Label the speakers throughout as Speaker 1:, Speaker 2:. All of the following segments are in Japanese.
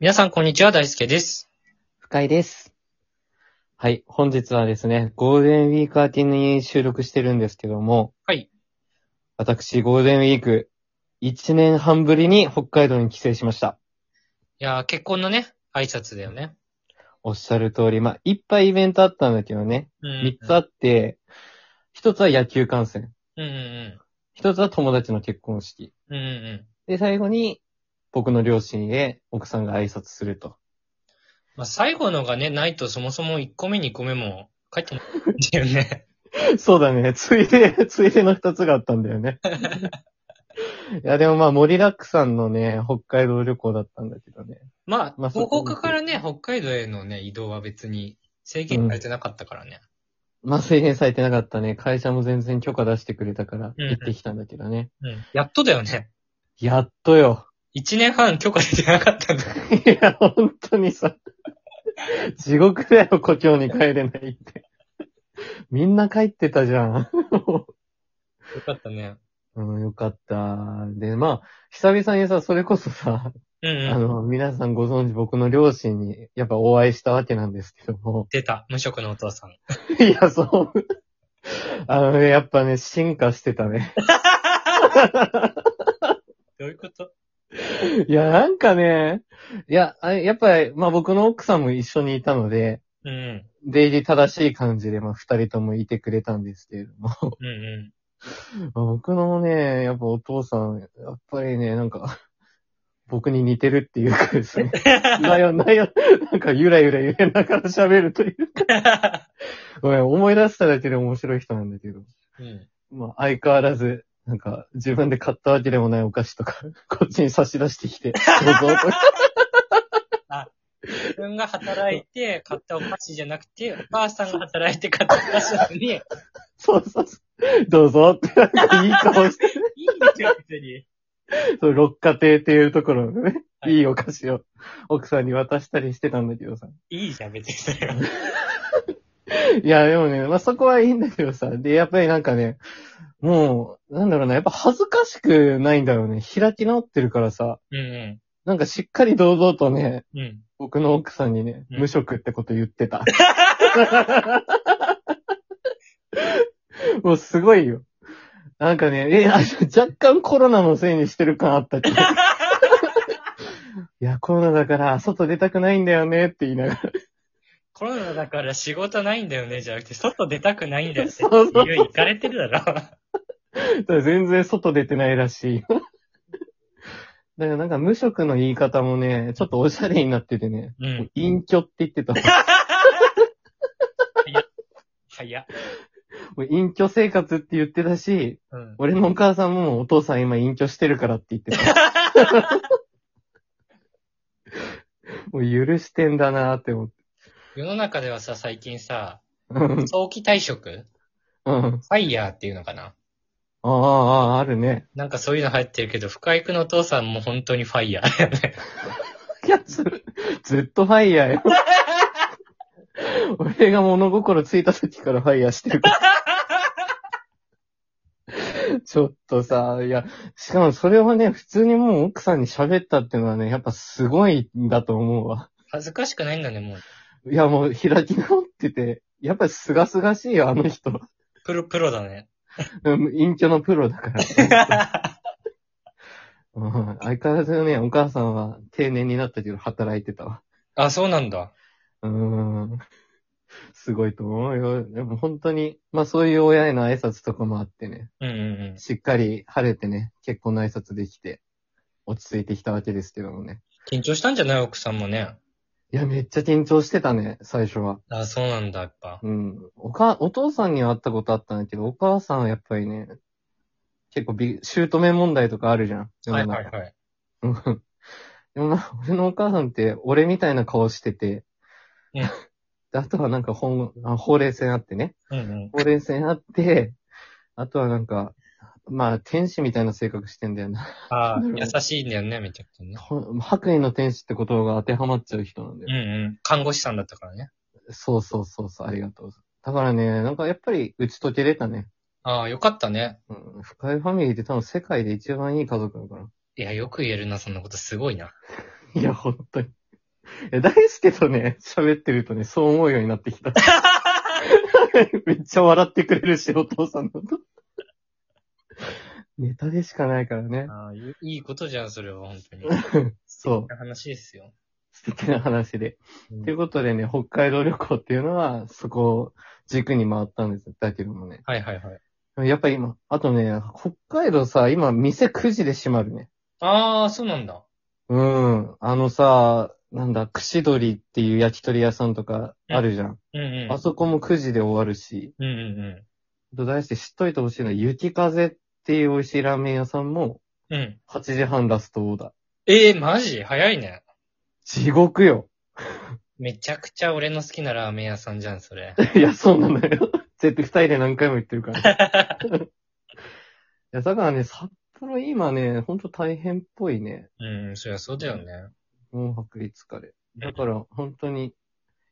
Speaker 1: 皆さん、こんにちは。大輔です。
Speaker 2: 深井です。はい。本日はですね、ゴールデンウィーク明けに収録してるんですけども。
Speaker 1: はい。
Speaker 2: 私、ゴールデンウィーク、1年半ぶりに北海道に帰省しました。
Speaker 1: いやー、結婚のね、挨拶だよね。
Speaker 2: おっしゃる通り、まあ、いっぱいイベントあったんだけどね。
Speaker 1: うん
Speaker 2: 3つあって、1つは野球観戦。
Speaker 1: うんう
Speaker 2: 1つは友達の結婚式。
Speaker 1: んうん。うんうんうん。
Speaker 2: で、最後に、僕の両親へ奥さんが挨拶すると。
Speaker 1: まあ、最後のがね、ないとそもそも1個目2個目も帰ってないんだよ ね。
Speaker 2: そうだね。ついで、ついでの二つがあったんだよ ね。いや、でもまあ、盛りだくさんのね、北海道旅行だったんだけどね。
Speaker 1: ま
Speaker 2: ま
Speaker 1: あ、
Speaker 2: あそ
Speaker 1: 東
Speaker 2: こも
Speaker 1: 北からね、北海道へのね、移動は別に制限されてなかったからね。
Speaker 2: まあ、制限されてなかったね。会社も全然許可出してくれたから、
Speaker 1: うん
Speaker 2: 行ってきたんだけどね。
Speaker 1: うん。やっとだよね。
Speaker 2: やっとよ。
Speaker 1: 1年半許可出てなかったんだ。
Speaker 2: いや、本当にさ、地獄だよ、故郷に帰れないって。みんな帰ってたじゃん。
Speaker 1: よかったね。
Speaker 2: うん、よかった。で、まあ、久々にさ、それこそさ、
Speaker 1: うん
Speaker 2: あ
Speaker 1: うん。
Speaker 2: の、皆さんご存知僕の両親にやっぱお会いしたわけなんですけども。
Speaker 1: 出た。無職のお父さん。
Speaker 2: いや、そう。あのね、やっぱね、進化してたね。
Speaker 1: どういうこと
Speaker 2: いや、なんかね、いや、あやっぱり、まあ僕の奥さんも一緒にいたので、
Speaker 1: うんうん。
Speaker 2: 出入り正しい感じで、まあ二人ともいてくれたんですけれども。
Speaker 1: うんう
Speaker 2: まあ僕のね、やっぱお父さん、やっぱりね、なんか、僕に似てるっていうかです ね。なよ、なよ、なんかゆらゆら揺れながら喋るという。 ごめん、思い出しただけで面白い人なんだけど。
Speaker 1: ん。うん。
Speaker 2: まあ、相変わらず、なんか、自分で買ったわけでもないお菓子とか、 こっちに差し出してきて、どうぞと か。
Speaker 1: 自分が働いて買ったお菓子じゃなくて、お母さんが働いて買ったお菓子なの に、いい
Speaker 2: そうそうそう。どうぞって、なんかいい顔して、
Speaker 1: んですよ、別に。
Speaker 2: そう、六花亭っていうところのね、
Speaker 1: はい
Speaker 2: いいお菓子を奥さんに渡したりしてたんだけどさ。
Speaker 1: いいじゃん、別にそれは。
Speaker 2: いや、でもね、まあ、そこはいいんだけどさ。で、やっぱりなんかね、もう、なんだろうな、やっぱ恥ずかしくないんだろうね。開き直ってるからさ、
Speaker 1: うんう
Speaker 2: なんかしっかり堂々とね、
Speaker 1: ん。うん。
Speaker 2: 僕の奥さんにね、
Speaker 1: うん
Speaker 2: 無職ってこと言ってた。 もうすごいよ。なんかね、え、あ若干コロナのせいにしてる感あった けど。いや、コロナだから、外出たくないんだよねって言いなが
Speaker 1: コロナだから仕事ないんだよね、じゃなくて、外出たくないんだよ
Speaker 2: ら。
Speaker 1: ね。
Speaker 2: そうそう
Speaker 1: 理由行かれてるだろ。
Speaker 2: 全然外出てないらしい。だからなんか無職の言い方もね、ちょっとおしゃれになっててね、
Speaker 1: うん。
Speaker 2: 隠居って言ってた。
Speaker 1: 早っ。
Speaker 2: もう隠居生活って言ってたし、
Speaker 1: うん。
Speaker 2: 俺のお母さんもお父さん今隠居してるからって言ってた。もう許してんだなーって思って。
Speaker 1: 世の中ではさ、最近さ、
Speaker 2: うん。
Speaker 1: 早期退職
Speaker 2: うん
Speaker 1: ファイヤーっていうのかな
Speaker 2: ああ、ああ、あるね。
Speaker 1: なんかそういうの入ってるけど、深井くんのお父さんも本当にファイヤー だよね。
Speaker 2: いや、ずずっとファイヤーよ。俺が物心ついた時からファイヤーしてるから。ちょっとさ、いや、しかもそれをね、普通にもう奥さんに喋ったっていうのはね、やっぱすごいんだと思うわ。
Speaker 1: 恥ずかしくないんだね、もう。
Speaker 2: いや、もう開き直ってて、やっぱりすがすがしいよ、あの人。
Speaker 1: プロ、プロだね。
Speaker 2: うん隠居のプロだから。うん相変わらずね、お母さんは定年になったけど働いてたわ。
Speaker 1: あ、そうなんだ。
Speaker 2: うーん。すごいと思うよ。でも本当に、まあそういう親への挨拶とかもあってね、
Speaker 1: うんうんうん。
Speaker 2: しっかり晴れてね、結婚の挨拶できて、落ち着いてきたわけですけどもね。
Speaker 1: 緊張したんじゃない奥さんもね。
Speaker 2: いや、めっちゃ緊張してたね、最初は。
Speaker 1: あ、そうなんだ、やっぱ。
Speaker 2: うん。おか、お父さんには会ったことあったんだけど、お母さんはやっぱりね、結構び、姑問題とかあるじゃん。世
Speaker 1: は
Speaker 2: の
Speaker 1: い
Speaker 2: 中
Speaker 1: はいはい。
Speaker 2: うん。 でもな、俺のお母さんって、俺みたいな顔してて、
Speaker 1: うん
Speaker 2: であとはなんかほんあ、ほうれい線あってね。
Speaker 1: うんうん。
Speaker 2: ほうれい線あって、あとはなんか、まあ、天使みたいな性格してんだよな。
Speaker 1: ああ、
Speaker 2: なるほど
Speaker 1: 優しいんだよね、めちゃくちゃね。
Speaker 2: ほ白衣の天使って言葉が当てはまっちゃう人なんだ
Speaker 1: うん
Speaker 2: よ。
Speaker 1: うん。看護師さんだったからね。
Speaker 2: そうそうそうそう、ありがとう。だからね、なんかやっぱり打ち解けれたね。
Speaker 1: ああ、よかったね。
Speaker 2: うん、深いファミリーって多分世界で一番いい家族だから。
Speaker 1: いや、よく言えるな、そんなこと。すごいな。
Speaker 2: いや、本当に。や大輔とね、喋ってるとね、そう思うようになってきた。 めっちゃ笑ってくれるし、お父さんのこと。ネタでしかないからね。
Speaker 1: ああ、いいいいことじゃん、それは、本当に。
Speaker 2: そう。
Speaker 1: 話ですよ。
Speaker 2: 素敵な話で。
Speaker 1: うん
Speaker 2: ということでね、北海道旅行っていうのは、そこを軸に回ったんですだけどもね。
Speaker 1: はいはいはい。
Speaker 2: やっぱ今、あとね、北海道さ、今、店9時で閉まるね。
Speaker 1: ああ、そうなんだ。
Speaker 2: うん。あのさ、なんだ、串鳥っていう焼き鳥屋さんとかあるじゃん。
Speaker 1: うんうん。
Speaker 2: あそこも9時で終わるし。
Speaker 1: うんうん
Speaker 2: あと題して知っといてほしいのは、雪風っていう美味しいラーメン屋さんも、
Speaker 1: うん。うん。
Speaker 2: 8時半ラストオーダー。
Speaker 1: ええマジ早いね。
Speaker 2: 地獄よ。
Speaker 1: めちゃくちゃ俺の好きなラーメン屋さんじゃん、そ れ。
Speaker 2: いや、そうなのよ。絶対二人で何回も言ってる から。いや、だからね、札幌今ね、ほんと大変っぽいね。
Speaker 1: うん、そりゃそうだよね。
Speaker 2: もう薄利疲れ。だから、本当に、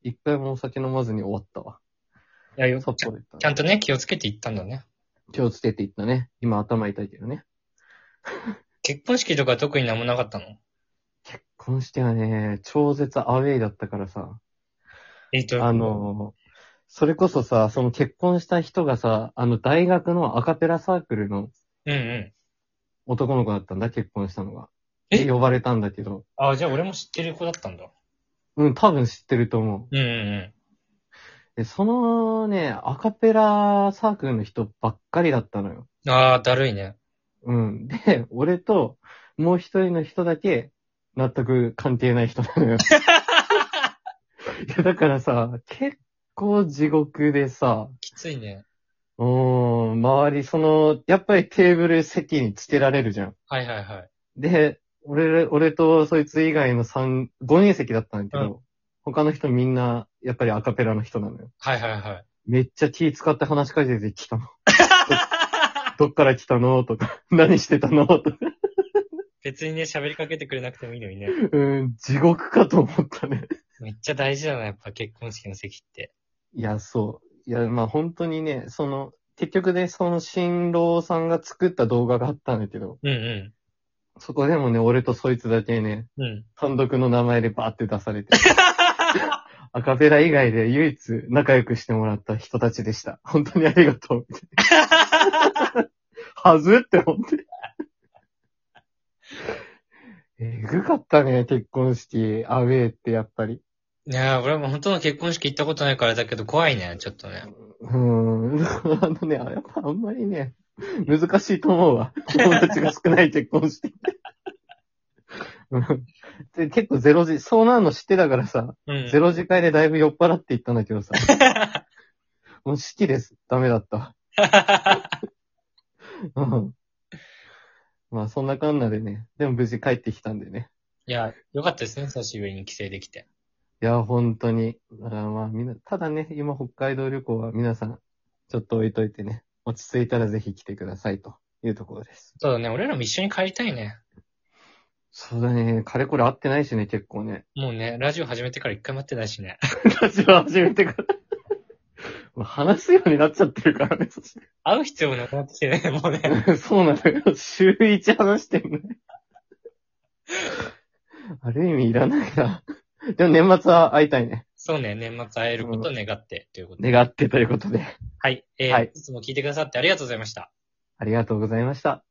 Speaker 2: 一回もお酒飲まずに終わったわ。
Speaker 1: いや、よ
Speaker 2: 札幌行った
Speaker 1: ちゃ
Speaker 2: ね。
Speaker 1: んとね、気をつけていったんだね。
Speaker 2: 気をつけていったね。今頭痛いけどね。
Speaker 1: 結婚式とか特になんもなかったの
Speaker 2: 結婚してはね、超絶アウェイだったからさ。
Speaker 1: えっと、
Speaker 2: あ、のー、それこそさ、その結婚した人がさ、あの大学のアカペラサークルの
Speaker 1: うんうん。
Speaker 2: 男の子だったんだ、結婚したのが。
Speaker 1: え
Speaker 2: で呼ばれたんだけど。
Speaker 1: ああ、じゃあ俺も知ってる子だったんだ。
Speaker 2: うん、多分知ってると思う。
Speaker 1: うんうん
Speaker 2: で、そのね、アカペラサークルの人ばっかりだったのよ。
Speaker 1: うん。ああ、だるいね。
Speaker 2: うん。で、俺と、もう一人の人だけ、納得関係ない人なのよ。いや、だからさ、結構地獄でさ、
Speaker 1: きついね。
Speaker 2: うーん、周り、その、やっぱりテーブル席につけられるじゃん。
Speaker 1: はいはいはい。
Speaker 2: で、俺、俺とそいつ以外の三、5人席だったんだけど、
Speaker 1: う
Speaker 2: 他の人みんな、やっぱりアカペラの人なのよ。
Speaker 1: はいはいはい。
Speaker 2: めっちゃ気使って話しかけてきたの。 どっから来たのとか、 何してたのとか、
Speaker 1: 別にね、喋りかけてくれなくてもいい のにね。
Speaker 2: うん、地獄かと思ったね。
Speaker 1: めっちゃ大事だな、やっぱ結婚式の席って。
Speaker 2: いや、そう。いや、まあ本当にね、その、結局ね、その新郎さんが作った動画があったんだけど、
Speaker 1: うんう
Speaker 2: そこでもね、俺とそいつだけね、
Speaker 1: ん。うん。
Speaker 2: 単独の名前でバーって出されて。アカペラ以外で唯一仲良くしてもらった人たちでした。本当にありがとう。はずって思って。えぐかったね、結婚式、アウェイってやっぱり。
Speaker 1: いやー、俺も本当の結婚式行ったことないからだけど、怖いね、ちょっとね。
Speaker 2: うーん。あのね、やっぱあんまりね、難しいと思うわ。子供たちが少ない結婚式って。うんで結構ゼロ時、そうなの知ってたからさ、
Speaker 1: うん。
Speaker 2: ゼロ次会でだいぶ酔っ払っていったんだけ どさ。もう式です。ダメだった。うん。まあそんなかんなでね。でも無事帰ってきたんでね。
Speaker 1: いや、よかったですね、久しぶりに帰省できて。
Speaker 2: いや、本当に。だからまあみんな、ただね、今北海道旅行は皆さん、ちょっと置いといてね。落ち着いたらぜひ来てくださいというところです。
Speaker 1: そうだね、俺らも一緒に帰りたいね。
Speaker 2: そうだね。かれこれ会ってないしね、結構ね。
Speaker 1: もうね、ラジオ始めてから一回待ってないしね。
Speaker 2: 私は初めて から。もう話すようになっちゃってるからね、そして
Speaker 1: 会う必要もなくなってきてね、 もうね。
Speaker 2: そうなのよ。週一話してんね。ある意味いらないな。でも年末は会いたいね。
Speaker 1: そうね、年末会えることを願って、ということで。
Speaker 2: 願ってということで。
Speaker 1: はい。えー
Speaker 2: はい
Speaker 1: いつも聞いてくださってありがとうございました。
Speaker 2: ありがとうございました。